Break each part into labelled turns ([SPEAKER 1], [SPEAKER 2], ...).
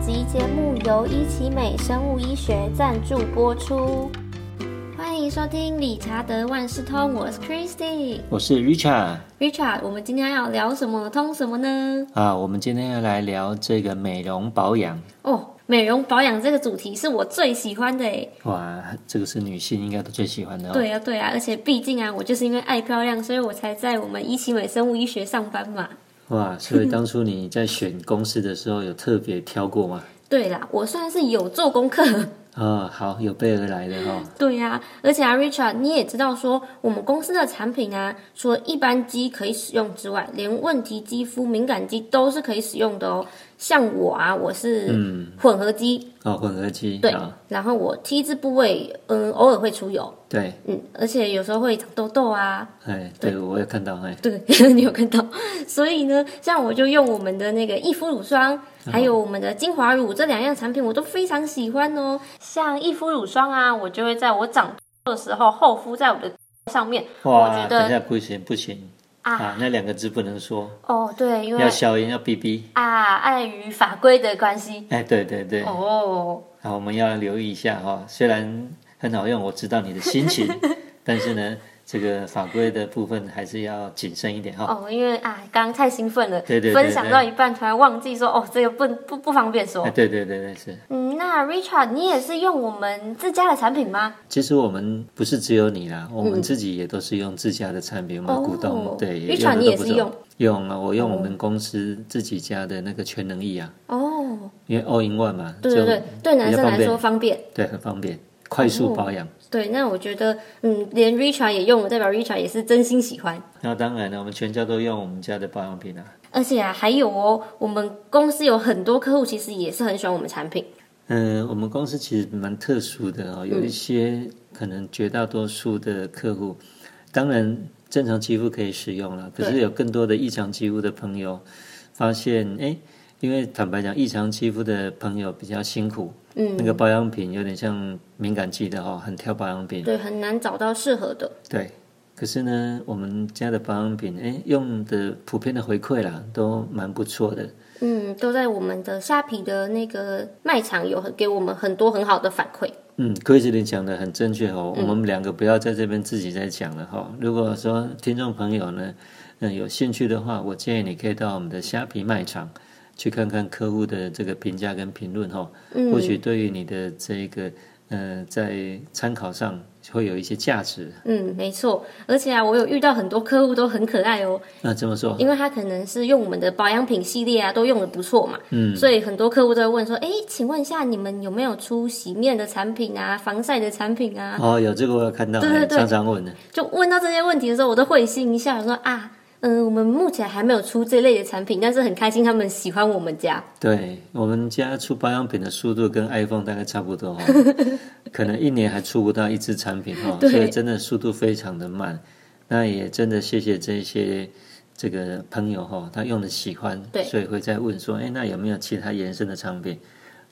[SPEAKER 1] 集节目由伊奇美生物医学赞助播出。欢迎收听理查德万事通，我是 Christy。
[SPEAKER 2] 我是 Richard
[SPEAKER 1] Richard，我们今天要聊什么通什么呢？
[SPEAKER 2] 啊，我们今天要来聊这个美容保养。
[SPEAKER 1] 哦，美容保养这个主题是我最喜欢的诶。
[SPEAKER 2] 哇，这个是女性应该都最喜欢的、哦。，
[SPEAKER 1] 对啊，对啊，而且毕竟啊，我就是因为爱漂亮，所以我才在我们伊奇美生物医学上班嘛。
[SPEAKER 2] 哇，所以当初你在选公司的时候有特别挑 过吗？
[SPEAKER 1] 对啦，我算是有做功课。
[SPEAKER 2] 啊，好，有备而来的哈、哦。
[SPEAKER 1] 对呀、而且啊，Richard，你也知道说，我们公司的产品啊，除了一般肌可以使用之外，连问题肌肤、敏感肌都是可以使用的哦。像我啊，我是混合肌，
[SPEAKER 2] 哦，混合肌。
[SPEAKER 1] 对
[SPEAKER 2] 嗯啊，，
[SPEAKER 1] 然后我 T 字部位，嗯，偶尔会出油，
[SPEAKER 2] 对，
[SPEAKER 1] 嗯，而且有时候会长痘痘啊，
[SPEAKER 2] 哎，对，我有看到，哎，
[SPEAKER 1] 对，你有看到。所以呢，像我就用我们的那个益肤乳霜，还有我们的精华乳这两样产品，我都非常喜欢哦。像益肤乳霜啊，我就会在我长痘的时候厚敷在我的上面。我
[SPEAKER 2] 哇，
[SPEAKER 1] 觉
[SPEAKER 2] 等一
[SPEAKER 1] 得
[SPEAKER 2] 下不行不行
[SPEAKER 1] 啊，
[SPEAKER 2] 啊，那两个字不能说，
[SPEAKER 1] 哦，对，因
[SPEAKER 2] 要
[SPEAKER 1] 为
[SPEAKER 2] 消音，要哔哔。
[SPEAKER 1] 啊，碍于法规的关系，
[SPEAKER 2] 哎，对对对，
[SPEAKER 1] 哦，
[SPEAKER 2] 好，我们要留意一下哈、虽然很好用，我知道你的心 情，但是呢，这个法规的部分还是要谨慎一点哈、
[SPEAKER 1] 哦，因为啊，刚刚太兴奋了，
[SPEAKER 2] 对对对
[SPEAKER 1] 分享到一半突然忘记说，哦，这个不不不方便说
[SPEAKER 2] 哎，。对对对对是。
[SPEAKER 1] 嗯，那 Richard，你也是用我们自家的产品吗？
[SPEAKER 2] 其实我们不是只有你啦，我们自己也都是用自家的产品，我
[SPEAKER 1] 嗯哦
[SPEAKER 2] 们股东、对也
[SPEAKER 1] Richard，
[SPEAKER 2] 用的
[SPEAKER 1] 你也
[SPEAKER 2] 都不
[SPEAKER 1] 是用
[SPEAKER 2] 错。用啊，我用我们公司自己家的那个全能益啊，
[SPEAKER 1] 哦，
[SPEAKER 2] 因为 all in one 嘛，
[SPEAKER 1] 对对对，哦对男生来说方便。
[SPEAKER 2] 就对很方便，快速保养。
[SPEAKER 1] 对，那我觉得，嗯，连 Richard 也用了，代表 Richard 也是真心喜欢。
[SPEAKER 2] 那当然了，我们全家都用我们家的保养品啊。
[SPEAKER 1] 而且啊，还有哦，我们公司有很多客户其实也是很喜欢我们产品。
[SPEAKER 2] 嗯，我们公司其实蛮特殊的哦，有一些可能绝大多数的客户，当然正常肌肤可以使用了，可是有更多的异常肌肤的朋友发现，哎，因为坦白讲，异常肌肤的朋友比较辛苦，
[SPEAKER 1] 嗯，
[SPEAKER 2] 那个保养品有点像敏感肌的哦，很挑保养品，
[SPEAKER 1] 对，很难找到适合的。
[SPEAKER 2] 对。可是呢，我们家的保养品，哎，用的普遍的回馈啦，都蛮不错的。
[SPEAKER 1] 嗯，都在我们的虾皮的那个卖场有很给我们很多很好的反馈。
[SPEAKER 2] 嗯，柯志林讲的很正确哦，
[SPEAKER 1] 嗯
[SPEAKER 2] 我们两个不要在这边自己在讲了哈、如果说听众朋友呢，嗯，有兴趣的话，我建议你可以到我们的虾皮卖场去看看客户的这个评价跟评论哈、
[SPEAKER 1] 嗯
[SPEAKER 2] 或许对于你的这个呃，在参考上会有一些价值。
[SPEAKER 1] 嗯，没错。而且啊，我有遇到很多客户都很可爱哦，
[SPEAKER 2] 那这么说，
[SPEAKER 1] 因为他可能是用我们的保养品系列啊，都用的不错嘛，
[SPEAKER 2] 嗯，
[SPEAKER 1] 所以很多客户都会问说，哎，请问一下你们有没有出洗面的产品啊、防晒的产品啊？
[SPEAKER 2] 哦，有这个我有看到，
[SPEAKER 1] 对对
[SPEAKER 2] 哎
[SPEAKER 1] 对
[SPEAKER 2] 常常问的，
[SPEAKER 1] 就问到这些问题的时候，我都会心一笑，我说啊，嗯、我们目前还没有出这类的产品，但是很开心他们喜欢我们家。
[SPEAKER 2] 对我们家出保养品的速度跟 iPhone 大概差 不多、哦，可能一年还出不到一支产品哈、
[SPEAKER 1] 对
[SPEAKER 2] 所以真的速度非常的慢。那也真的谢谢这些这个朋友哈、他用的喜欢，
[SPEAKER 1] 对
[SPEAKER 2] 所以会再问说，哎，那有没有其他延伸的产品？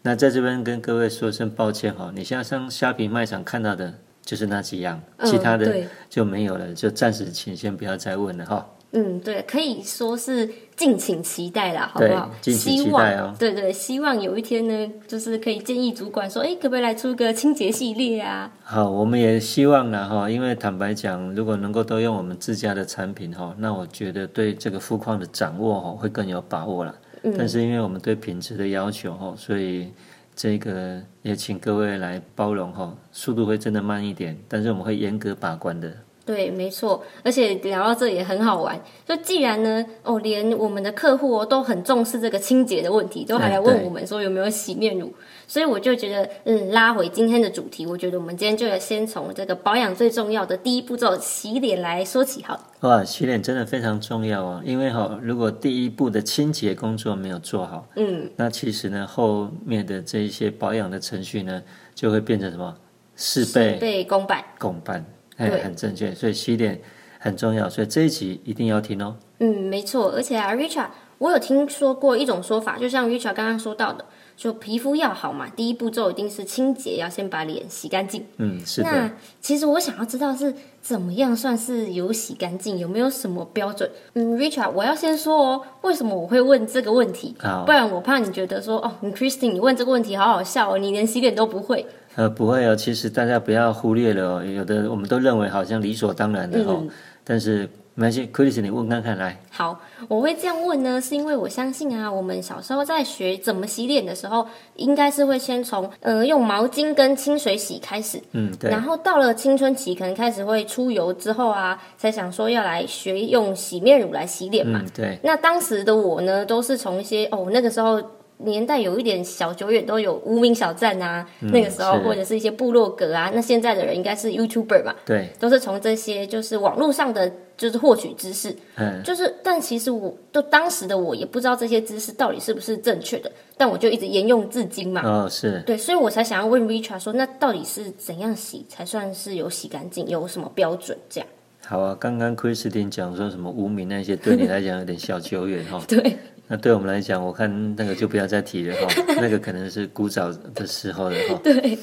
[SPEAKER 2] 那在这边跟各位说声抱歉哈、你现在上虾皮卖场看到的就是那几样，
[SPEAKER 1] 嗯
[SPEAKER 2] 其他的
[SPEAKER 1] 对
[SPEAKER 2] 就没有了，就暂时请先不要再问了哈、
[SPEAKER 1] 嗯，对，可以说是敬请期待啦，好不好？
[SPEAKER 2] 对敬请期待哦
[SPEAKER 1] 希望对对，希望有一天呢，就是可以建议主管说，哎，可不可以来出个清洁系列啊？
[SPEAKER 2] 好，我们也希望呢哈，因为坦白讲，如果能够都用我们自家的产品哈，那我觉得对这个肤况的掌握哈会更有把握了。但是因为我们对品质的要求哈，所以这个也请各位来包容哈，速度会真的慢一点，但是我们会严格把关的。
[SPEAKER 1] 对，没错，而且聊到这也很好玩。就既然呢，哦，连我们的客户哦都很重视这个清洁的问题，都还来
[SPEAKER 2] 哎
[SPEAKER 1] 问
[SPEAKER 2] 对
[SPEAKER 1] 我们说有没有洗面乳，所以我就觉得，嗯，拉回今天的主题，我觉得我们今天就要先从这个保养最重要的第一步骤洗脸来说起好了。
[SPEAKER 2] 哇，洗脸真的非常重要哦，因为哈，如果第一步的清洁工作没有做好，
[SPEAKER 1] 嗯，
[SPEAKER 2] 那其实呢后面的这一些保养的程序呢，就会变成什么事倍
[SPEAKER 1] 被公版。
[SPEAKER 2] 共伴，哎，
[SPEAKER 1] 对
[SPEAKER 2] 很正确，所以洗脸很重要，所以这一集一定要听哦。
[SPEAKER 1] 嗯，没错，而且啊，Richard，我有听说过一种说法，就像 Richard 刚刚说到的，就皮肤要好嘛，第一步骤一定是清洁，要先把脸洗干净。
[SPEAKER 2] 嗯，是的
[SPEAKER 1] 那。其实我想要知道是怎么样算是有洗干净，有没有什么标准？嗯，Richard，我要先说哦，为什么我会问这个问题？
[SPEAKER 2] 好
[SPEAKER 1] 不，然我怕你觉得说哦，你 Christine，你问这个问题好好笑哦，你连洗脸都不会。
[SPEAKER 2] 呃，不会哦，其实大家不要忽略了哦，有的我们都认为好像理所当然的哦，
[SPEAKER 1] 嗯
[SPEAKER 2] 但是没关系 c h r i s 你问看看来，
[SPEAKER 1] 好，我会这样问呢，是因为我相信啊，我们小时候在学怎么洗脸的时候，应该是会先从呃用毛巾跟清水洗开始，
[SPEAKER 2] 嗯，对，
[SPEAKER 1] 然后到了青春期，可能开始会出油之后啊，才想说要来学用洗面乳来洗脸嘛。
[SPEAKER 2] 嗯，对，
[SPEAKER 1] 那当时的我呢，都是从一些哦那个时候。年代有一点小久远，都有无名小站啊，那个时候
[SPEAKER 2] 嗯是
[SPEAKER 1] 或者是一些部落格啊。那现在的人应该是 YouTuber 嘛，
[SPEAKER 2] 对，
[SPEAKER 1] 都是从这些就是网络上的就是获取知识。
[SPEAKER 2] 嗯，
[SPEAKER 1] 就是，但其实我就当时的我也不知道这些知识到底是不是正确的，但我就一直沿用至今嘛。
[SPEAKER 2] 哦，是，
[SPEAKER 1] 对，所以我才想要问 Richard 说，那到底是怎样洗才算是有洗干净，有什么标准？这样，
[SPEAKER 2] 好啊。刚刚 Christine 讲说什么无名那些，对你来讲有点小久远哈、哦
[SPEAKER 1] 对，
[SPEAKER 2] 那对我们来讲，我看那个就不要再提了哈、哦，那个可能是古早的哦时候了哈、对。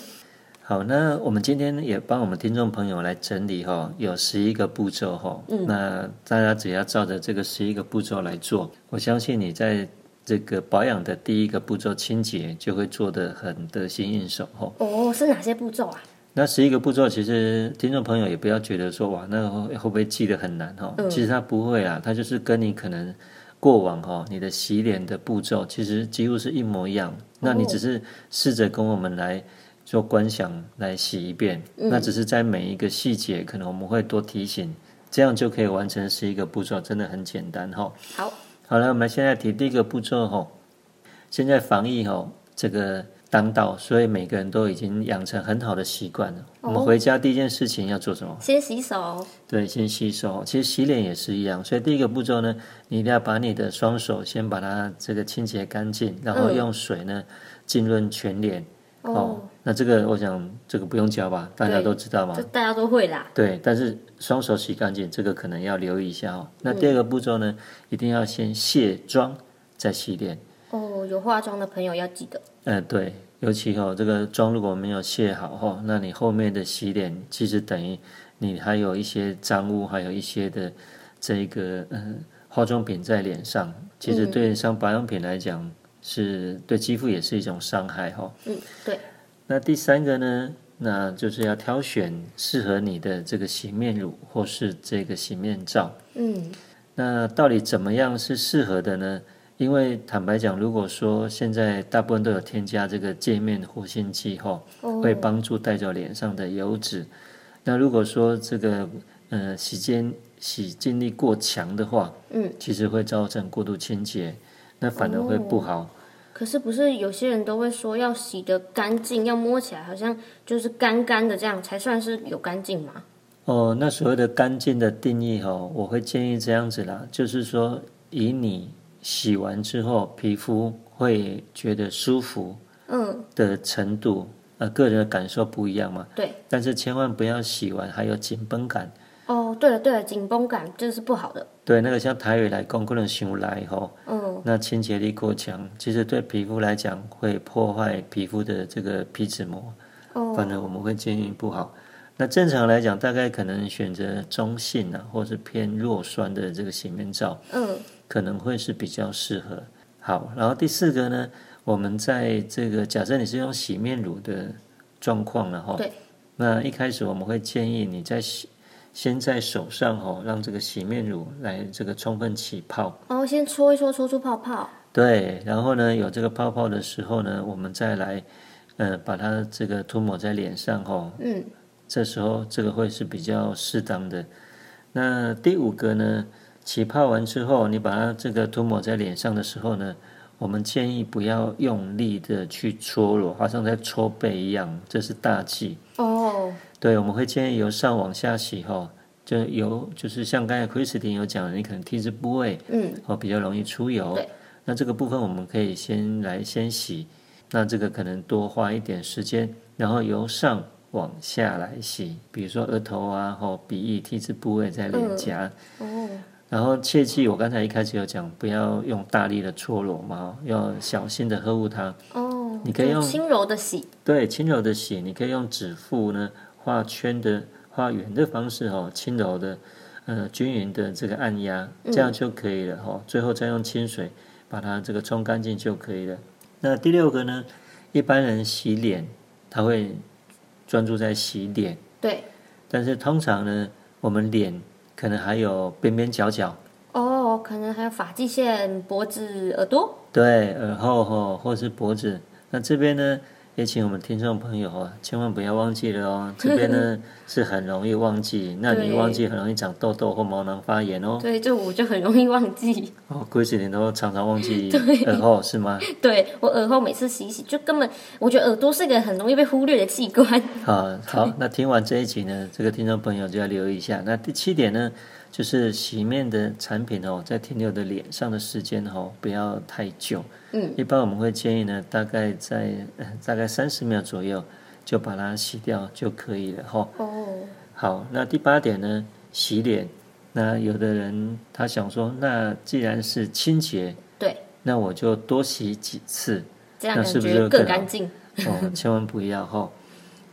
[SPEAKER 2] 好，那我们今天也帮我们听众朋友来整理哈、有十一个步骤哈、那大家只要照着这个十一个步骤来做，我相信你在这个保养的第一个步骤清洁就会做得很得心应手哈、
[SPEAKER 1] 哦，是哪些步骤啊？
[SPEAKER 2] 那十一个步骤，其实听众朋友也不要觉得说哇，那会会不会记得很难哦？其实它不会啊，它就是跟你可能过往哦，你的洗脸的步骤其实几乎是一模一样。那你只是试着跟我们来做观想来洗一遍，那只是在每一个细节，可能我们会多提醒，这样就可以完成十一个步骤，真的很简单哈、哦。
[SPEAKER 1] 好，
[SPEAKER 2] 好了，我们现在提第一个步骤吼、现在防疫吼、这个当道，所以每个人都已经养成很好的习惯了。我们回家第一件事情要做什么？
[SPEAKER 1] 先洗手，
[SPEAKER 2] 对，先洗手。其实洗脸也是一样，所以第一个步骤呢，你一定要把你的双手先把它这个清洁干净，然后用水呢浸润全脸。
[SPEAKER 1] 哦，
[SPEAKER 2] 那这个我想这个不用教吧，大家
[SPEAKER 1] 对
[SPEAKER 2] 都知道嘛
[SPEAKER 1] 这。大家都会啦。
[SPEAKER 2] 对，但是双手洗干净，这个可能要留意一下哦。那第二个步骤呢，一定要先卸妆再洗脸。
[SPEAKER 1] 哦，有化妆的朋友要记得。
[SPEAKER 2] 嗯、对，尤其哦，这个妆如果没有卸好哦，那你后面的洗脸其实等于你还有一些脏污，还有一些的这个呃化妆品在脸上，其实对像保养品来讲，是对肌肤也是一种伤害哦。
[SPEAKER 1] 嗯，对，
[SPEAKER 2] 那第三个呢，那就是要挑选适合你的这个洗面乳或是这个洗面皂。
[SPEAKER 1] 嗯，
[SPEAKER 2] 那到底怎么样是适合的呢？因为坦白讲，如果说现在大部分都有添加这个界面活性剂后，
[SPEAKER 1] 哦，
[SPEAKER 2] 会帮助带走脸上的油脂。那如果说这个呃洗间洗净力过强的话，
[SPEAKER 1] 嗯，
[SPEAKER 2] 其实会造成过度清洁，那反而会不好。
[SPEAKER 1] 可是不是有些人都会说要洗得干净，要摸起来好像就是干干的，这样才算是有干净吗？
[SPEAKER 2] 哦，那所谓的干净的定义哦，我会建议这样子啦，就是说以你洗完之后皮肤会觉得舒服
[SPEAKER 1] 嗯，
[SPEAKER 2] 的程度，呃，个人的感受不一样嘛。
[SPEAKER 1] 对。
[SPEAKER 2] 但是千万不要洗完还有紧绷感，
[SPEAKER 1] 哦，对了对了，紧绷感这是不好的。
[SPEAKER 2] 对那个像台语来讲，可能想来吼、
[SPEAKER 1] 嗯，
[SPEAKER 2] 那清洁力过强，其实对皮肤来讲会破坏皮肤的这个皮脂膜，
[SPEAKER 1] 哦，
[SPEAKER 2] 反而我们会建议不好。那正常来讲，大概可能选择中性啊，或是偏弱酸的这个洗面皂，
[SPEAKER 1] 嗯，
[SPEAKER 2] 可能会是比较适合。好，然后第四个呢，我们在这个假设你是用洗面乳的状况了哈，
[SPEAKER 1] 对，
[SPEAKER 2] 那一开始我们会建议你在洗，先在手上哈，让这个洗面乳来这个充分起泡。
[SPEAKER 1] 哦，先搓一搓，搓出泡泡。
[SPEAKER 2] 对，然后呢，有这个泡泡的时候呢，我们再来，呃，把它这个涂抹在脸上哦。
[SPEAKER 1] 嗯，
[SPEAKER 2] 这时候这个会是比较适当的。那第五个呢，起泡完之后，你把它这个涂抹在脸上的时候呢，我们建议不要用力的去搓揉，好像在搓背一样，这是大忌。
[SPEAKER 1] 哦，
[SPEAKER 2] 对，我们会建议由上往下洗哈、就由就是像刚才 Christine 有讲的，你可能 T 字部位
[SPEAKER 1] 嗯，
[SPEAKER 2] 哦比较容易出油
[SPEAKER 1] 对。
[SPEAKER 2] 那这个部分我们可以先来先洗，那这个可能多花一点时间，然后由上往下来洗，比如说额头啊、吼鼻翼、T 字部位在脸颊。
[SPEAKER 1] 哦，
[SPEAKER 2] 然后切记，我刚才一开始有讲，不要用大力的搓揉嘛，哦要小心的呵护它。
[SPEAKER 1] 哦，
[SPEAKER 2] 你可以
[SPEAKER 1] 就
[SPEAKER 2] 用
[SPEAKER 1] 轻柔的洗，
[SPEAKER 2] 对，轻柔的洗，你可以用指腹呢画圈的、画圆的方式哦，轻柔的，呃，均匀的这个按压，这样就可以了哦。最后再用清水把它这个冲干净就可以了。那第六个呢，一般人洗脸，他会专注在洗脸，
[SPEAKER 1] 对，
[SPEAKER 2] 但是通常呢，我们脸可能还有边边角角。
[SPEAKER 1] 哦，可能还有发际线、脖子、耳朵，
[SPEAKER 2] 对，耳后吼，或是脖子。那这边呢，也请我们听众朋友啊，千万不要忘记了哦。这边呢是很容易忘记，那你
[SPEAKER 1] 对
[SPEAKER 2] 忘记很容易长痘痘或毛囊发炎哦。
[SPEAKER 1] 对，这我就很容易忘记。
[SPEAKER 2] 哦，估计你都常常忘记耳后是吗？
[SPEAKER 1] 对我耳后每次洗一洗，就根本我觉得耳朵是一个很容易被忽略的器官。
[SPEAKER 2] 好好，那听完这一集呢，这个听众朋友就要留意一下。那第七点呢，就是洗面的产品哦，在停留的脸上的时间哦，不要太久。
[SPEAKER 1] 嗯，
[SPEAKER 2] 一般我们会建议呢，大概在、呃、大概三十秒左右就把它洗掉就可以了哈、哦。
[SPEAKER 1] 哦，
[SPEAKER 2] 好，那第八点呢，洗脸。那有的人他想说，那既然是清洁，
[SPEAKER 1] 对，
[SPEAKER 2] 那我就多洗几次。
[SPEAKER 1] 这样
[SPEAKER 2] 那
[SPEAKER 1] 感
[SPEAKER 2] 是不是
[SPEAKER 1] 觉
[SPEAKER 2] 更
[SPEAKER 1] 更
[SPEAKER 2] 好
[SPEAKER 1] 干净。
[SPEAKER 2] 哦，千万不要哈、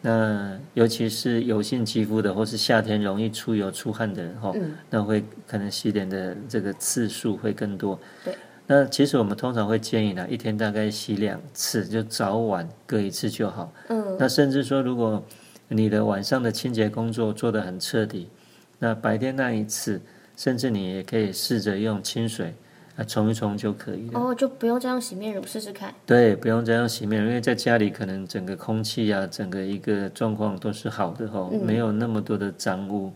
[SPEAKER 2] 那尤其是油性肌肤的，或是夏天容易出油出汗的人哈、
[SPEAKER 1] 嗯
[SPEAKER 2] 那会可能洗脸的这个次数会更多。
[SPEAKER 1] 对。
[SPEAKER 2] 那其实我们通常会建议呢，一天大概洗两次，就早晚各一次就好。
[SPEAKER 1] 嗯，
[SPEAKER 2] 那甚至说，如果你的晚上的清洁工作做得很彻底，那白天那一次，甚至你也可以试着用清水啊冲一冲就可以了。
[SPEAKER 1] 哦，就不用再用洗面乳试试看。
[SPEAKER 2] 对，不用这样洗面乳，因为在家里可能整个空气啊，整个一个状况都是好的哈、没有那么多的脏污。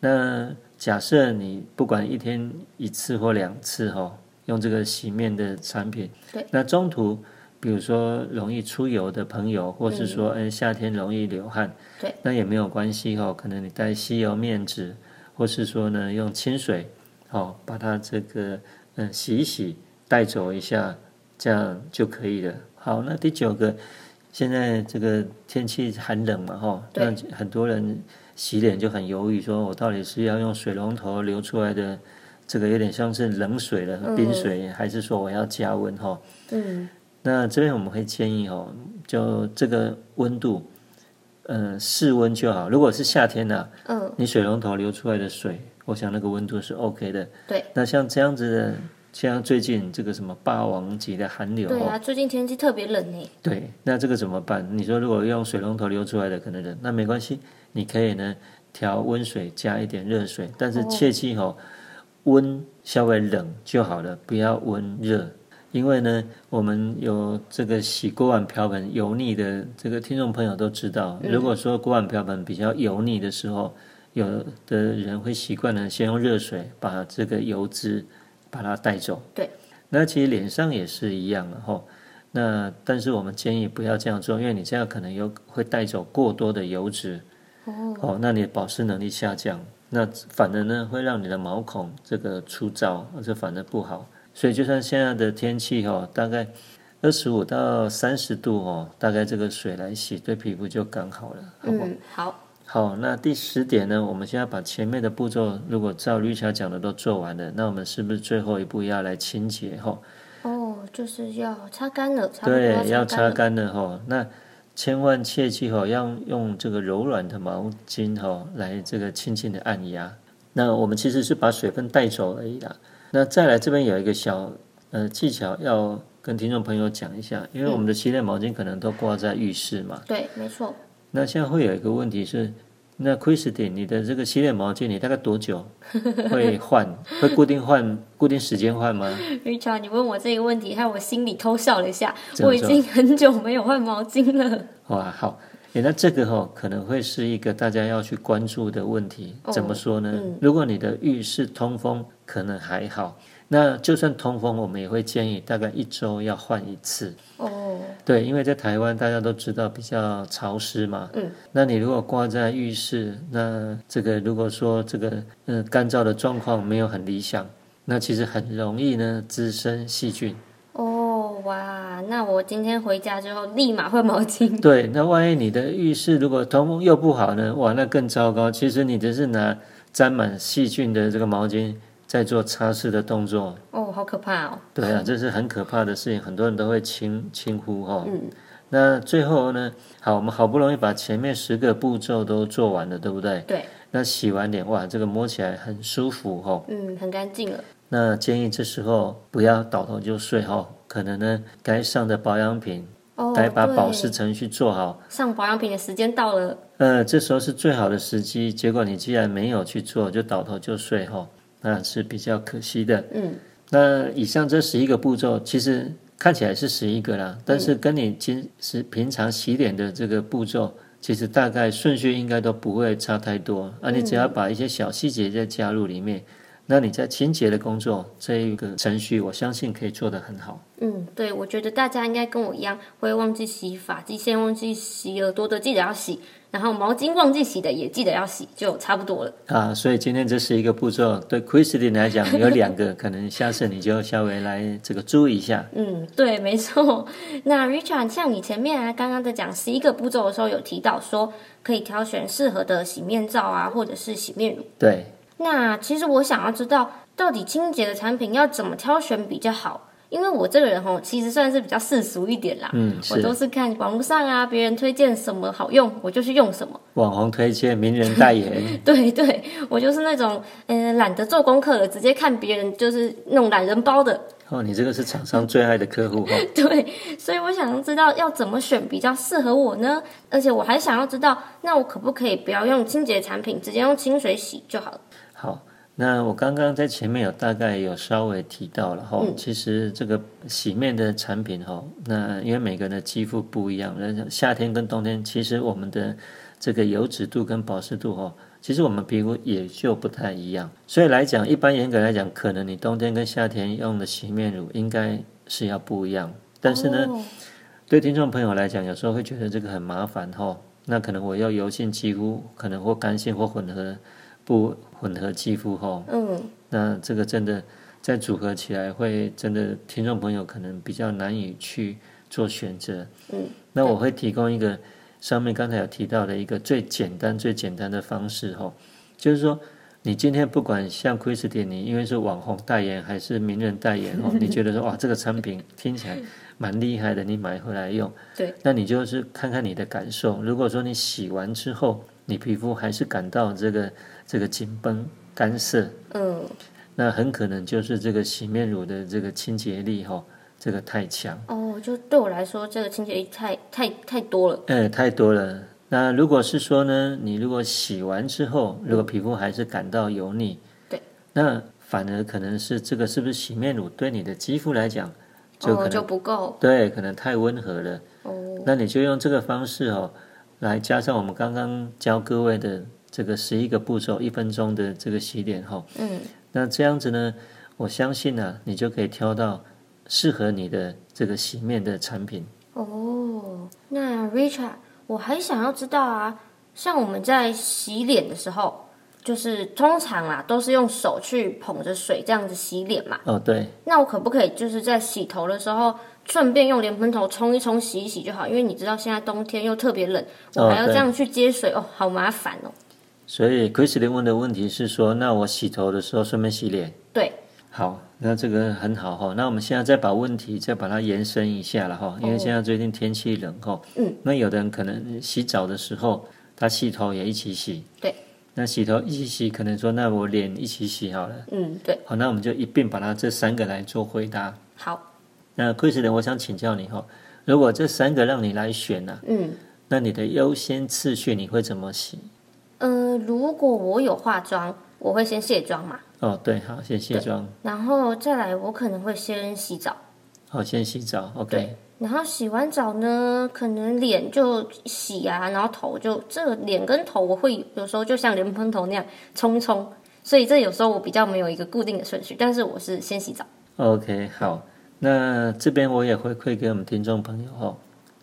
[SPEAKER 2] 那假设你不管一天一次或两次哈、用这个洗面的产品，
[SPEAKER 1] 对，
[SPEAKER 2] 那中途比如说容易出油的朋友，或是说哎、夏天容易流汗，
[SPEAKER 1] 对，
[SPEAKER 2] 那也没有关系哈、可能你带吸油面纸，或是说呢用清水，哦，把它这个嗯洗一洗，带走一下，这样就可以了。好，那第九个，现在这个天气寒冷嘛，哈，
[SPEAKER 1] 对
[SPEAKER 2] 那很多人洗脸就很犹豫，说我到底是要用水龙头流出来的，这个有点像是冷水了，冰水，还是说我要加温哦哈？
[SPEAKER 1] 嗯，
[SPEAKER 2] 那这边我们会建议哦，就这个温度，呃，室温就好。如果是夏天呢、
[SPEAKER 1] 嗯，
[SPEAKER 2] 你水龙头流出来的水，我想那个温度是 OK 的。
[SPEAKER 1] 对。
[SPEAKER 2] 那像这样子的，像最近这个什么霸王级的寒流、
[SPEAKER 1] 对
[SPEAKER 2] 哦，
[SPEAKER 1] 啊，最近天气特别冷欸诶。
[SPEAKER 2] 对，那这个怎么办？你说如果用水龙头流出来的可能冷，那没关系，你可以呢调温水加一点热水，但是切记哦，温稍微冷就好了，不要温热。因为呢，我们有这个洗锅碗瓢盆油腻的这个听众朋友都知道，如果说锅碗瓢盆比较油腻的时候，有的人会习惯呢先用热水把这个油脂把它带走。
[SPEAKER 1] 对，
[SPEAKER 2] 那其实脸上也是一样的哈、那但是我们建议不要这样做，因为你这样可能有会带走过多的油脂，哦那你的保湿能力下降，那反而呢会让你的毛孔这个粗糙，这反而不好。所以就算现在的天气哦，大概二十五到三十度哦，大概这个水来洗对皮肤就刚好了。
[SPEAKER 1] 嗯，好，
[SPEAKER 2] 好，那第十点呢？我们现在把前面的步骤，如果照绿桥讲的都做完了，那我们是不是最后一步要来清洁哈？
[SPEAKER 1] 哦，就是要擦干了，差不多
[SPEAKER 2] 对，要
[SPEAKER 1] 擦干
[SPEAKER 2] 擦
[SPEAKER 1] 了。
[SPEAKER 2] 干了哈。那千万切记哈，要用这个柔软的毛巾哈来这个轻轻的按压。那我们其实是把水分带走而已啦。那再来这边有一个小呃技巧要跟听众朋友讲一下，因为我们的洗脸毛巾可能都挂在浴室嘛。
[SPEAKER 1] 对，没错。
[SPEAKER 2] 那现在会有一个问题是，那 Christine，你的这个洗脸毛巾你大概多久会换？会固定换固定时间换吗？
[SPEAKER 1] Richard，你问我这个问题，害我心里偷笑了一下。
[SPEAKER 2] 怎么
[SPEAKER 1] 我已经很久没有换毛巾了。
[SPEAKER 2] 哇，好，诶，那这个哈、可能会是一个大家要去关注的问题。
[SPEAKER 1] 哦
[SPEAKER 2] 怎么说呢？如果你的浴室通风，可能还好。那就算通风，我们也会建议大概一周要换一次。
[SPEAKER 1] 哦，
[SPEAKER 2] 对，因为在台湾大家都知道比较潮湿嘛，
[SPEAKER 1] 嗯，
[SPEAKER 2] 那你如果挂在浴室，那这个如果说这个呃干燥的状况没有很理想，那其实很容易呢滋生细菌。
[SPEAKER 1] 哦，哇，那我今天回家之后立马换毛巾。
[SPEAKER 2] 对，那万一你的浴室如果通风又不好呢？哇，那更糟糕。其实你只是拿沾满细菌的这个毛巾在做擦拭的动作。
[SPEAKER 1] 哦，好可怕哦。
[SPEAKER 2] 对啊，这是很可怕的事情，很多人都会轻轻忽哈、嗯。那最后呢？好，我们好不容易把前面十个步骤都做完了，对不对？
[SPEAKER 1] 对。
[SPEAKER 2] 那洗完脸，哇，这个摸起来很舒服哈、哦。
[SPEAKER 1] 嗯，很干净了。
[SPEAKER 2] 那建议这时候不要倒头就睡哈、哦，可能呢该上的保养品，
[SPEAKER 1] 哦
[SPEAKER 2] 该把
[SPEAKER 1] 对
[SPEAKER 2] 保湿程序做好。
[SPEAKER 1] 上保养品的时间到了，
[SPEAKER 2] 呃，这时候是最好的时机，结果你既然没有去做，就倒头就睡哈、那是比较可惜的。
[SPEAKER 1] 嗯，
[SPEAKER 2] 那以上这十一个步骤，其实看起来是十一个啦，但是跟你平时平常洗脸的这个步骤，其实大概顺序应该都不会差太多。啊，你只要把一些小细节再加入里面，那你在清洁的工作这一个程序，我相信可以做得很好。
[SPEAKER 1] 嗯，对，我觉得大家应该跟我一样，会忘记洗发际线，忘记洗耳朵的，记得要洗，然后毛巾忘记洗的也记得要洗，就差不多了。
[SPEAKER 2] 啊，所以今天这是一个步骤，对 Christine 来讲有两个，可能下次你就稍微来这个注意一下。
[SPEAKER 1] 嗯，对，没错。那 Richard，像你前面啊，刚刚在讲十一个步骤的时候，有提到说可以挑选适合的洗面皂啊，或者是洗面乳。
[SPEAKER 2] 对，
[SPEAKER 1] 那其实我想要知道，到底清洁的产品要怎么挑选比较好？因为我这个人哦，其实算是比较世俗一点啦。
[SPEAKER 2] 嗯
[SPEAKER 1] 我
[SPEAKER 2] 是
[SPEAKER 1] 都是看网络上啊，别人推荐什么好用，我就去用什么。
[SPEAKER 2] 网红推荐、名人代言，
[SPEAKER 1] 对对，我就是那种嗯、呃懒得做功课的，直接看别人就是那种懒人包的。
[SPEAKER 2] 哦，你这个是厂商最爱的客户哦哈、
[SPEAKER 1] 对，所以我想知道要怎么选比较适合我呢？而且我还想要知道，那我可不可以不要用清洁产品，直接用清水洗就好了？
[SPEAKER 2] 好，那我刚刚在前面有大概有稍微提到了哈、哦其实这个洗面的产品哈、那因为每个人的肌肤不一样，那夏天跟冬天，其实我们的这个油脂度跟保湿度哈、其实我们皮肤也就不太一样。所以来讲，一般严格来讲，可能你冬天跟夏天用的洗面乳应该是要不一样，但是呢。
[SPEAKER 1] 哦
[SPEAKER 2] 对听众朋友来讲，有时候会觉得这个很麻烦哈、那可能我要油性肌肤，可能或干性或混合不混合肌肤哈、
[SPEAKER 1] 嗯，
[SPEAKER 2] 那这个真的再组合起来，会真的听众朋友可能比较难以去做选择。
[SPEAKER 1] 嗯，
[SPEAKER 2] 那我会提供一个上面刚才有提到的一个最简单、最简单的方式哈、就是说。你今天不管像 Christine，你因为是网红代言还是名人代言哦，你觉得说哇这个产品听起来蛮厉害的，你买回来用，
[SPEAKER 1] 对，
[SPEAKER 2] 那你就是看看你的感受。如果说你洗完之后，你皮肤还是感到这个这个紧绷、干涩，
[SPEAKER 1] 嗯，
[SPEAKER 2] 那很可能就是这个洗面乳的这个清洁力哈、这个太强，
[SPEAKER 1] 哦，就对我来说，这个清洁力太太太多了。
[SPEAKER 2] 呃，太多了。那如果是说呢，你如果洗完之后，如果皮肤还是感到油腻，
[SPEAKER 1] 对，
[SPEAKER 2] 那反而可能是这个是不是洗面乳对你的肌肤来讲，就可
[SPEAKER 1] 哦，
[SPEAKER 2] 能、
[SPEAKER 1] 就不够
[SPEAKER 2] 对，可能太温和了。
[SPEAKER 1] 哦，
[SPEAKER 2] 那你就用这个方式哦，来加上我们刚刚教各位的这个十一个步骤，一分钟的这个洗脸哈、
[SPEAKER 1] 嗯，
[SPEAKER 2] 那这样子呢，我相信呢、你就可以挑到适合你的这个洗面的产品。
[SPEAKER 1] 哦，那 Richard，我还想要知道啊，像我们在洗脸的时候，就是通常啦，都是用手去捧着水这样子洗脸嘛。
[SPEAKER 2] 哦，对，
[SPEAKER 1] 那我可不可以就是在洗头的时候，顺便用莲蓬头冲一冲、洗一洗就好？因为你知道现在冬天又特别冷，我
[SPEAKER 2] 哦
[SPEAKER 1] 还要这
[SPEAKER 2] 对
[SPEAKER 1] 样去接水哦，好麻烦哦。
[SPEAKER 2] 所以 Christine 问的问题是说，那我洗头的时候顺便洗脸。
[SPEAKER 1] 对，
[SPEAKER 2] 好，那这个很好哈、那我们现在再把问题再把它延伸一下了哈、因为现在最近天气冷哈、
[SPEAKER 1] 哦嗯，
[SPEAKER 2] 那有的人可能洗澡的时候，他洗头也一起洗。
[SPEAKER 1] 对。
[SPEAKER 2] 那洗头一起洗，可能说那我脸一起洗好了。
[SPEAKER 1] 嗯，对，
[SPEAKER 2] 好，那我们就一并把它这三个来做回答。
[SPEAKER 1] 好，
[SPEAKER 2] 那 Chris，我想请教你哈、如果这三个让你来选呢、
[SPEAKER 1] 嗯。
[SPEAKER 2] 那你的优先次序你会怎么洗？
[SPEAKER 1] 呃，如果我有化妆，我会先卸妆嘛，
[SPEAKER 2] 哦，对，好，先卸妆，
[SPEAKER 1] 然后再来我可能会先洗澡，
[SPEAKER 2] 好，先洗澡，OK，
[SPEAKER 1] 然后洗完澡呢，可能脸就洗啊，然后头就这个脸跟头我会有时候就像莲蓬头那样冲一冲，所以这有时候我比较没有一个固定的顺序，但是我是先洗澡。
[SPEAKER 2] ，OK，好。那这边我也回馈给我们听众朋友哈、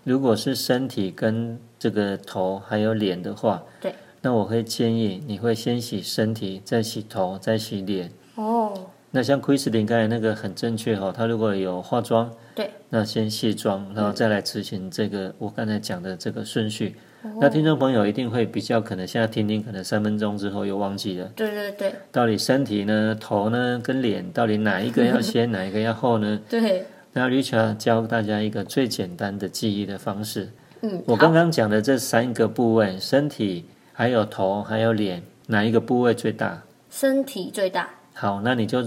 [SPEAKER 2] 如果是身体跟这个头还有脸的话，
[SPEAKER 1] 对，
[SPEAKER 2] 那我会建议你会先洗身体，再洗头，再洗脸。
[SPEAKER 1] 哦，
[SPEAKER 2] 那像 Kristen 刚才那个很正确哈、哦，他如果有化妆，
[SPEAKER 1] 对，
[SPEAKER 2] 那先卸妆，然后再来执行这个我刚才讲的这个顺序。
[SPEAKER 1] 哦
[SPEAKER 2] 那听众朋友一定会比较可能，现在听听，可能三分钟之后又忘记了，
[SPEAKER 1] 对对对
[SPEAKER 2] 到底身体呢、头呢跟脸，到底哪一个要先，哪一个要后呢？
[SPEAKER 1] 对，
[SPEAKER 2] 那 Richard 教大家一个最简单的记忆的方式。
[SPEAKER 1] 嗯，
[SPEAKER 2] 我刚刚讲的这三个部位，身体、还有头、还有脸，哪一个部位最大？
[SPEAKER 1] 身体最大，
[SPEAKER 2] 好，那你就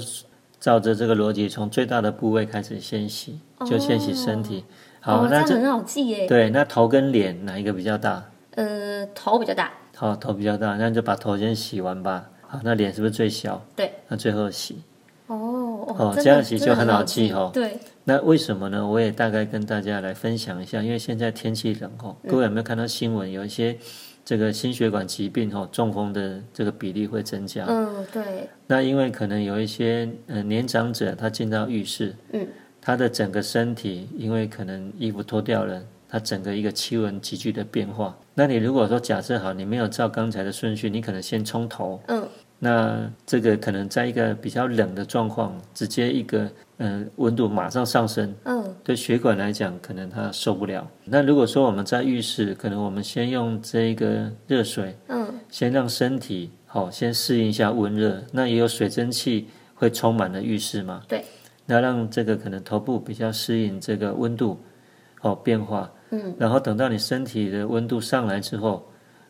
[SPEAKER 2] 照着这个逻辑，从最大的部位开始先洗，就先洗身体。好，
[SPEAKER 1] 哦、这
[SPEAKER 2] 那
[SPEAKER 1] 样很好记耶。
[SPEAKER 2] 对，那头跟脸哪一个比较大？
[SPEAKER 1] 呃，头比较大，
[SPEAKER 2] 好，头比较大，那就把头先洗完吧。好，那脸是不是最小？
[SPEAKER 1] 对，
[SPEAKER 2] 那最后洗。
[SPEAKER 1] 哦
[SPEAKER 2] 哦
[SPEAKER 1] 真
[SPEAKER 2] 这样
[SPEAKER 1] 的
[SPEAKER 2] 其实
[SPEAKER 1] 真的
[SPEAKER 2] 就很好记哦
[SPEAKER 1] 对，
[SPEAKER 2] 那为什么呢？我也大概跟大家来分享一下，因为现在天气冷哦，
[SPEAKER 1] 嗯
[SPEAKER 2] 各位有没有看到新闻？有一些这个心血管疾病哦，中风的这个比例会增加。
[SPEAKER 1] 嗯，对，
[SPEAKER 2] 那因为可能有一些呃年长者，他进到浴室，
[SPEAKER 1] 嗯，
[SPEAKER 2] 他的整个身体因为可能衣服脱掉了，他整个一个气温急剧的变化。那你如果说假设好，你没有照刚才的顺序，你可能先冲头，
[SPEAKER 1] 嗯，
[SPEAKER 2] 那这个可能在一个比较冷的状况，直接一个嗯、呃温度马上上升，
[SPEAKER 1] 嗯，
[SPEAKER 2] 对血管来讲，可能它受不了。那如果说我们在浴室，可能我们先用这个热水，
[SPEAKER 1] 嗯，
[SPEAKER 2] 先让身体好、先适应一下温热。那也有水蒸气会充满了浴室嘛？
[SPEAKER 1] 对。
[SPEAKER 2] 那让这个可能头部比较适应这个温度哦变化，
[SPEAKER 1] 嗯，
[SPEAKER 2] 然后等到你身体的温度上来之后，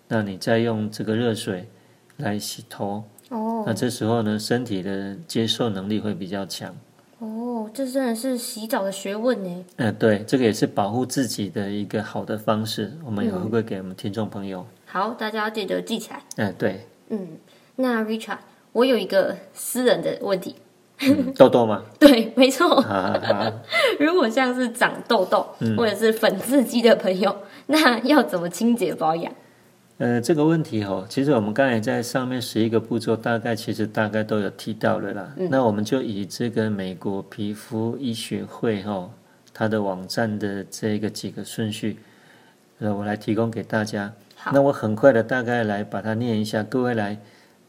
[SPEAKER 2] 那你再用这个热水来洗头。
[SPEAKER 1] 哦
[SPEAKER 2] 那这时候呢，身体的接受能力会比较强。
[SPEAKER 1] 哦，这真的是洗澡的学问呢。
[SPEAKER 2] 嗯、对，这个也是保护自己的一个好的方式。我们也会给我们听众朋友，
[SPEAKER 1] 好，大家要记得记起来。
[SPEAKER 2] 嗯、 对，
[SPEAKER 1] 嗯，那 Richard，我有一个私人的问题，
[SPEAKER 2] 嗯痘痘嘛，
[SPEAKER 1] 对，没错，
[SPEAKER 2] 啊啊，
[SPEAKER 1] 如果像是长痘痘、或者是粉刺肌的朋友，那要怎么清洁保养？
[SPEAKER 2] 呃，这个问题哦，其实我们刚才在上面十一个步骤，大概其实大概都有提到了啦。那我们就以这个美国皮肤医学会哦，它的网站的这个几个顺序，呃，我来提供给大家。
[SPEAKER 1] 好
[SPEAKER 2] 那我很快的大概来把它念一下，各位来，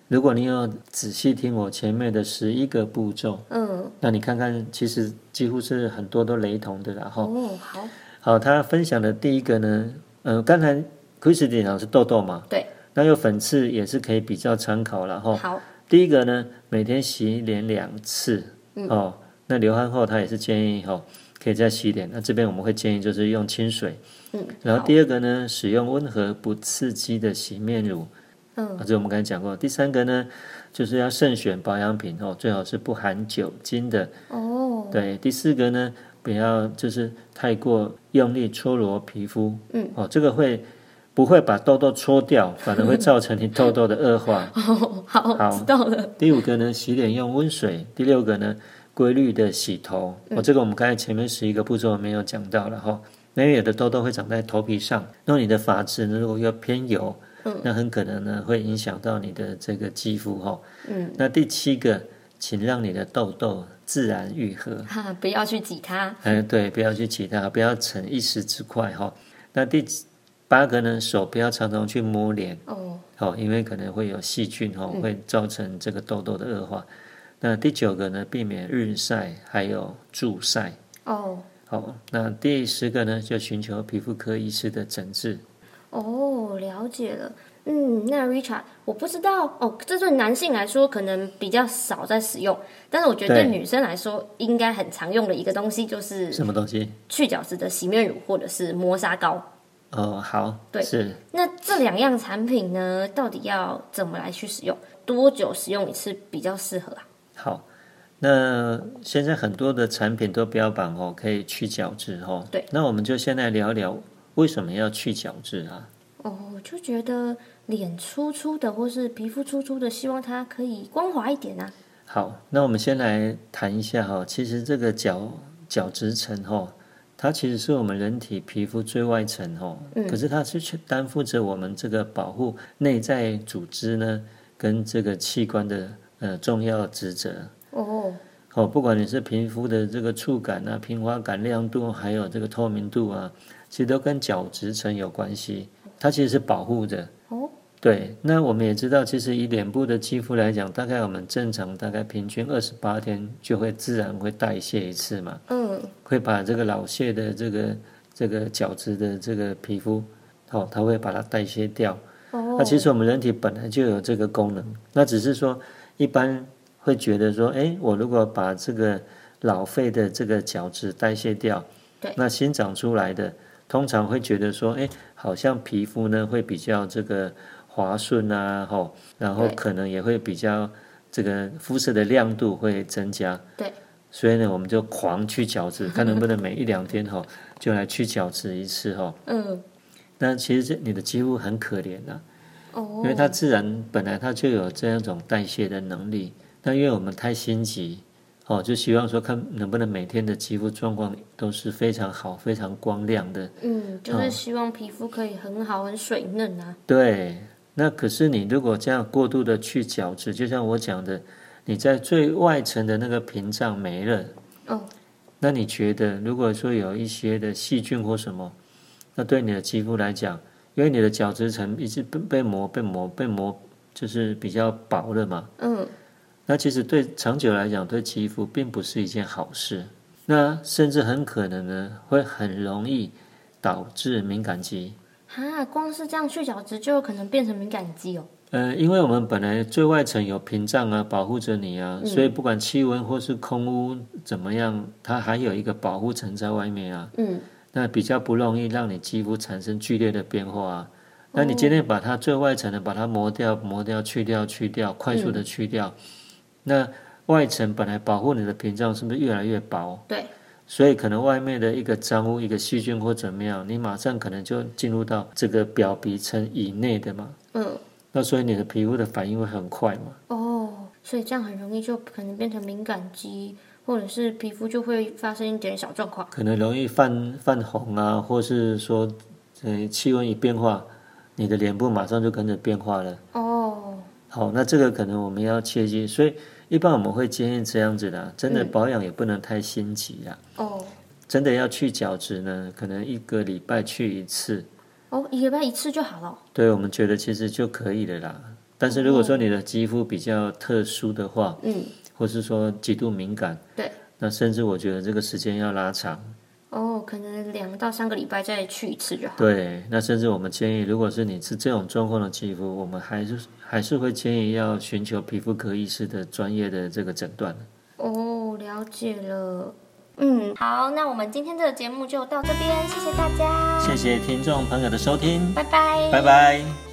[SPEAKER 2] 如果你有仔细听我前面的十一个步骤，
[SPEAKER 1] 嗯，
[SPEAKER 2] 那你看看，其实几乎是很多都雷同的啦，然后
[SPEAKER 1] 哦，好，
[SPEAKER 2] 好，他分享的第一个呢，呃，刚才 Christy 讲是痘痘嘛，
[SPEAKER 1] 对，
[SPEAKER 2] 那有粉刺也是可以比较参考了哈。
[SPEAKER 1] 好，
[SPEAKER 2] 第一个呢，每天洗脸两次，
[SPEAKER 1] 嗯
[SPEAKER 2] 哦，那流汗后他也是建议哈、哦，可以再洗脸。那这边我们会建议就是用清水，
[SPEAKER 1] 嗯，
[SPEAKER 2] 然后
[SPEAKER 1] 好，
[SPEAKER 2] 第二个呢，使用温和不刺激的洗面乳，
[SPEAKER 1] 嗯
[SPEAKER 2] 啊，这我们刚才讲过。第三个呢，就是要慎选保养品哦，最好是不含酒精的。
[SPEAKER 1] 哦，
[SPEAKER 2] 对，第四个呢，不要就是太过用力搓揉皮肤，
[SPEAKER 1] 嗯，。
[SPEAKER 2] 哦，这个会不会把痘痘搓掉，反而会造成你痘痘的恶化
[SPEAKER 1] 哦，好，
[SPEAKER 2] 好
[SPEAKER 1] 知道了，
[SPEAKER 2] 第五个呢，洗脸用温水。第六个呢，规律的洗头。
[SPEAKER 1] 嗯
[SPEAKER 2] 哦，这个我们刚才前面十一个步骤没有讲到了哈、那因为有的痘痘会长在头皮上，那你的发质呢，如果又偏油，
[SPEAKER 1] 嗯
[SPEAKER 2] 那很可能呢会影响到你的这个肌肤哈、
[SPEAKER 1] 嗯，
[SPEAKER 2] 那第七个，请让你的痘痘自然愈合。
[SPEAKER 1] 哈、不要去挤它，
[SPEAKER 2] 哎，对，不要去挤它，不要逞一时之快哈、那第八个呢，手不要常常去摸脸
[SPEAKER 1] 哦，
[SPEAKER 2] 哦，因为可能会有细菌哦，
[SPEAKER 1] 嗯
[SPEAKER 2] 会造成这个痘痘的恶化。那第九个呢，避免日晒还有助晒。
[SPEAKER 1] 哦，
[SPEAKER 2] 好、那第十个呢，就寻求皮肤科医师的诊治。
[SPEAKER 1] 哦，了解了。嗯，那 Richard，我不知道哦，这对男性来说可能比较少在使用，但是我觉得
[SPEAKER 2] 对
[SPEAKER 1] 对女生来说应该很常用的一个东西就是
[SPEAKER 2] 什么东西？
[SPEAKER 1] 去角质的洗面乳或者是磨砂膏。
[SPEAKER 2] 哦，好，
[SPEAKER 1] 对
[SPEAKER 2] 是
[SPEAKER 1] 那这两样产品呢，到底要怎么来去使用？多久使用一次比较适合啊？
[SPEAKER 2] 好。那现在很多的产品都标榜哦，可以去角质哦。
[SPEAKER 1] 对。
[SPEAKER 2] 那我们就先来聊聊为什么要去角质啊？
[SPEAKER 1] 哦，我就觉得脸粗粗的或是皮肤粗粗的，希望它可以光滑一点啊。
[SPEAKER 2] 好，那我们先来谈一下哈、其实这个角角质层哈、它其实是我们人体皮肤最外层哈、可是它是去担负着我们这个保护内在组织呢跟这个器官的呃重要职责。
[SPEAKER 1] 哦，
[SPEAKER 2] 哦，不管你是皮肤的这个触感啊、平滑感、亮度，还有这个透明度啊，其实都跟角质层有关系。它其实是保护着
[SPEAKER 1] 哦，
[SPEAKER 2] 对，那我们也知道，其实以脸部的肌肤来讲，大概我们正常大概平均二十八天就会自然会代谢一次嘛，
[SPEAKER 1] 嗯
[SPEAKER 2] 会把这个老屑的这个这个角质的这个皮肤，哦，它会把它代谢掉。
[SPEAKER 1] 哦，
[SPEAKER 2] 那其实我们人体本来就有这个功能，那只是说一般会觉得说，哎，我如果把这个老废的这个角质代谢掉，
[SPEAKER 1] 对
[SPEAKER 2] 那新长出来的，通常会觉得说，哎，好像皮肤呢会比较这个滑顺啊，吼、然后
[SPEAKER 1] 对
[SPEAKER 2] 可能也会比较这个肤色的亮度会增加，
[SPEAKER 1] 对，
[SPEAKER 2] 所以呢，我们就狂去 角质，看能不能每一两天吼、就来去角质一次吼、
[SPEAKER 1] 嗯
[SPEAKER 2] 那其实这你的肌肤很可怜啊呐、
[SPEAKER 1] 哦
[SPEAKER 2] 因为它自然本来它就有这样一种代谢的能力，那因为我们太心急，哦，就希望说看能不能每天的肌肤状况都是非常好、非常光亮的。
[SPEAKER 1] 嗯，就是希望皮肤可以很好很水嫩啊，
[SPEAKER 2] 对，那可是你如果这样过度的去角质，就像我讲的，你在最外层的那个屏障没了，
[SPEAKER 1] 哦
[SPEAKER 2] 那你觉得如果说有一些的细菌或什么，那对你的肌肤来讲，因为你的角质层一直被被磨、被磨、被磨，就是比较薄了嘛。
[SPEAKER 1] 嗯
[SPEAKER 2] 那其实对长久来讲，对肌肤并不是一件好事。那甚至很可能呢，会很容易导致敏感肌。
[SPEAKER 1] 哈，光是这样去角质就有可能变成敏感肌哦，
[SPEAKER 2] 呃，因为我们本来最外层有屏障啊，保护着你啊，所以不管气温或是空污怎么样，它还有一个保护层在外面啊，
[SPEAKER 1] 嗯
[SPEAKER 2] 那比较不容易让你肌肤产生剧烈的变化啊。那你今天把它最外层的把它磨掉、磨掉、去掉、去掉，快速的去掉，那外层本来保护你的屏障是不是越来越薄？
[SPEAKER 1] 对，
[SPEAKER 2] 所以可能外面的一个脏污、一个细菌或怎么样，你马上可能就进入到这个表皮层以内的嘛。
[SPEAKER 1] 嗯
[SPEAKER 2] 那所以你的皮肤的反应会很快嘛。
[SPEAKER 1] 哦，所以这样很容易就可能变成敏感肌，或者是皮肤就会发生一点小状况，
[SPEAKER 2] 可能容易泛泛红啊，或是说，呃，气温一变化，你的脸部马上就跟着变化了。
[SPEAKER 1] 哦
[SPEAKER 2] 好，那这个可能我们要切记，所以一般我们会建议这样子的啊，真的保养也不能太心急啦。
[SPEAKER 1] 哦
[SPEAKER 2] 真的要去角质呢，可能一个礼拜去一次，
[SPEAKER 1] 哦，一个礼拜一次就好了，
[SPEAKER 2] 对我们觉得其实就可以了啦。但是如果说你的肌肤比较特殊的话，
[SPEAKER 1] 嗯
[SPEAKER 2] 或是说极度敏感，
[SPEAKER 1] 对，
[SPEAKER 2] 那甚至我觉得这个时间要拉长。
[SPEAKER 1] 哦，可能两到三个礼拜再去一次就好，
[SPEAKER 2] 对，那甚至我们建议，如果是你是这种状况的肌肤，我们还是还是会建议要寻求皮肤科医师的专业的这个诊断。
[SPEAKER 1] 哦，了解了。嗯，好，那我们今天的节目就到这边，谢谢大家，
[SPEAKER 2] 谢谢听众朋友的收听，
[SPEAKER 1] 拜拜，
[SPEAKER 2] 拜拜。